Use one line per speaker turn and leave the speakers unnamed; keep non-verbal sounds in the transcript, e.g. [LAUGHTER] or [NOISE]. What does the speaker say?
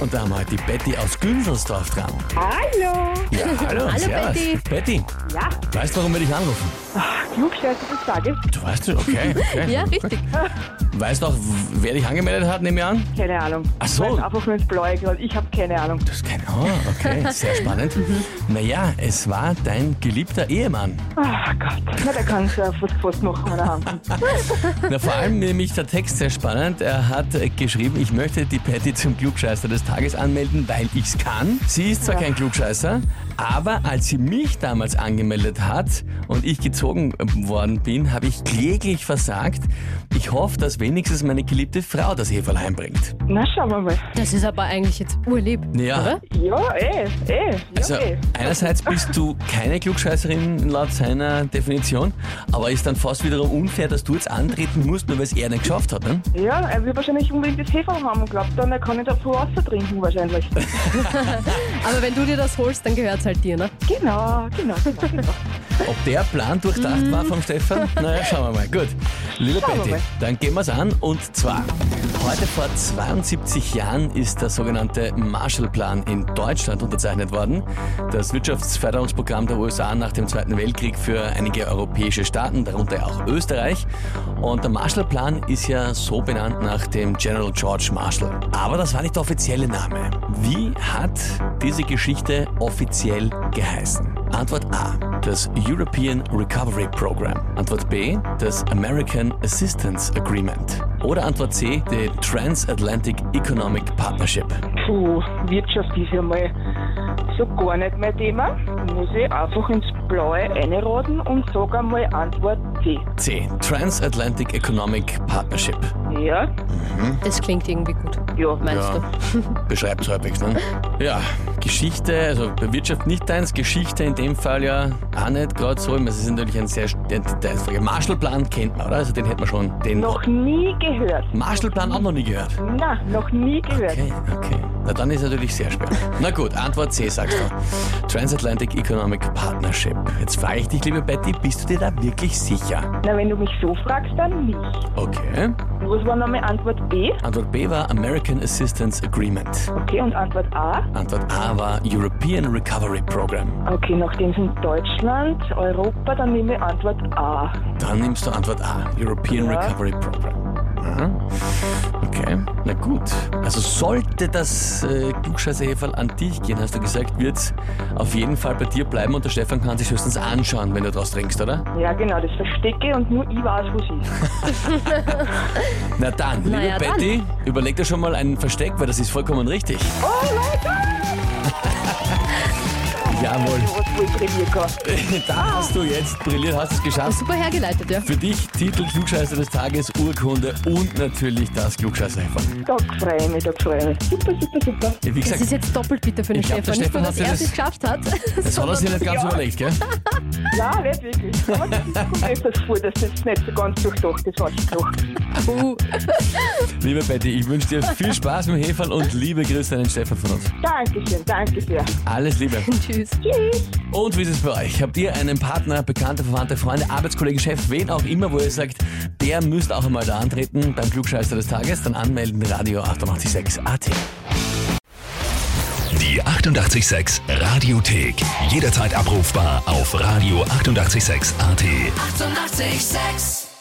Und da haben wir heute die Betty aus Günzelsdorf dran.
Hallo!
Ja, hallo.
Hallo,
servus.
Betty.
Betty,
Ja,
weißt du, warum wir dich anrufen?
Klugscheiße des Tages.
Du weißt schon, okay.
[LAUGHS]
okay.
Ja, richtig.
Weißt du auch, wer dich angemeldet hat, nehme ich an?
Keine Ahnung.
Ach so.
Ich weiß einfach nur ins Blaue gerade. Ich habe keine Ahnung.
Das ist kein... Oh, okay, sehr spannend. Naja, es war dein geliebter Ehemann.
Ach Ah, Gott. Na, da kannst du ja fast, fast machen, meine Hand.
Na, vor allem nämlich der Text sehr spannend. Er hat äh, geschrieben, ich möchte die Patty zum Klugscheißer des Tages anmelden, weil ich's kann. Sie ist zwar kein Klugscheißer, aber als sie mich damals angemeldet hat und ich gezogen äh, worden bin, habe ich kläglich versagt. Ich hoffe, dass wenigstens meine geliebte Frau das Heferl heimbringt.
Na, schauen wir mal.
Das ist aber eigentlich jetzt urlieb,
Ja.
oder?
Ja, eh, eh. Ja,
Also
eh.
einerseits bist du keine Klugscheißerin laut seiner Definition, aber ist dann fast wiederum unfair, dass du jetzt antreten musst, nur weil es er nicht geschafft hat. Ne?
Ja, er will wahrscheinlich unbedingt das Hefe haben und glaubt dann, er kann nicht davor Wasser trinken wahrscheinlich.
Aber wenn du dir das holst, dann gehört's halt dir, ne?
genau, genau, genau, genau.
Ob der Plan durchdacht war vom Stefan? Naja, schauen wir mal. Gut. Liebe
Schauen wir
Betty,
mal.
dann gehen wir's an. Und zwar, heute vor 72 Jahren ist der sogenannte Marshallplan in Deutschland unterzeichnet worden. Das Wirtschaftsförderungsprogramm der USA nach dem Zweiten Weltkrieg für einige europäische Staaten, darunter auch Österreich. Und der Marshallplan ist ja so benannt nach dem General George Marshall. Aber das war nicht der offizielle Name. Wie hat diese Geschichte offiziell geheißen? Antwort A. Das European Recovery Program. Antwort B. Das American Assistance Agreement. Oder Antwort C. The Transatlantic Economic Partnership.
Puh, Wirtschaft ist ja mal so gar nicht mein Thema. Muss ich einfach ins Blaue einraten und sage einmal Antwort C.
C. Transatlantic Economic Partnership.
Ja,
Das klingt irgendwie gut,
ja,
meinst
Ja.
du?
[LAUGHS] Beschreibt's halbwegs, ne? Ja, Geschichte, also Wirtschaft nicht deins, Geschichte in dem Fall ja auch nicht gerade so. Es ist natürlich ein sehr detailsfrage. Marshallplan kennt man, oder? Also den hätten wir schon. Den
Noch nie gehört.
Marshallplan auch noch nie gehört.
Na, noch nie gehört.
Okay, okay. Na dann ist natürlich sehr schwer. Na gut, Antwort C sagst du. Transatlantic Economic Partnership. Jetzt frage ich dich, liebe Betty, bist du dir da wirklich sicher?
Na, wenn du mich so fragst, dann nicht.
Okay.
Was war nochmal Antwort B?
Antwort B war American Assistance Agreement.
Okay, und Antwort A?
Antwort A war European Recovery Program.
Okay, nachdem es in Deutschland, Europa, dann nehme ich Antwort A.
Dann nimmst du Antwort A, European
Ja.
Recovery Program. Aha. Okay, na gut. Also sollte das äh, Klugscheißer-Heferl an dich gehen, hast du gesagt, wird's auf jeden Fall bei dir bleiben und der Stefan kann sich höchstens anschauen, wenn du draus trinkst, oder?
Ja, genau, das verstecke und nur ich weiß, wo sie ist.
Na dann, liebe
ja, dann.
Betty, überleg dir schon mal einen Versteck, weil das ist vollkommen richtig.
Oh mein Gott!
[LAUGHS] Jawohl.
Du hast wohl Premiere gehabt.
Da hast du jetzt brilliert, hast es geschafft.
Super hergeleitet, ja.
Für dich Titel Klugscheißer des Tages, Urkunde und natürlich das klugscheißer -Heferl.
Da freue ich mich, da freue ich mich. Super, super, super.
Wie
Das ist
gesagt,
jetzt doppelt bitter für den
Ich glaub, der Stefan
Stefan. Nicht nur, dass
hat
er
das-
es geschafft hat.
[LAUGHS] das hat er sich nicht ganz
Ja.
überlegt, gell?
Ja, nicht wirklich. Aber das kommt öfters vor, dass das nicht so ganz durchdacht ist, was ich doch.
Uh,
Liebe Betty, ich wünsche dir viel Spaß mit dem Heferl und liebe Grüße an den Stefan von uns.
Dankeschön, danke sehr.
Alles Liebe.
tschüss.
Und wie ist es bei euch? Habt ihr einen Partner, Bekannte, Verwandte, Freunde, Arbeitskollegen, Chef, wen auch immer, wo ihr sagt, der müsste auch einmal da antreten beim Klugscheißer des Tages? Dann anmelden, Radio 886 AT.
Die 88,6 Radiothek. Jederzeit abrufbar auf radio886.at. 88,6.
Eighty-eight, sex.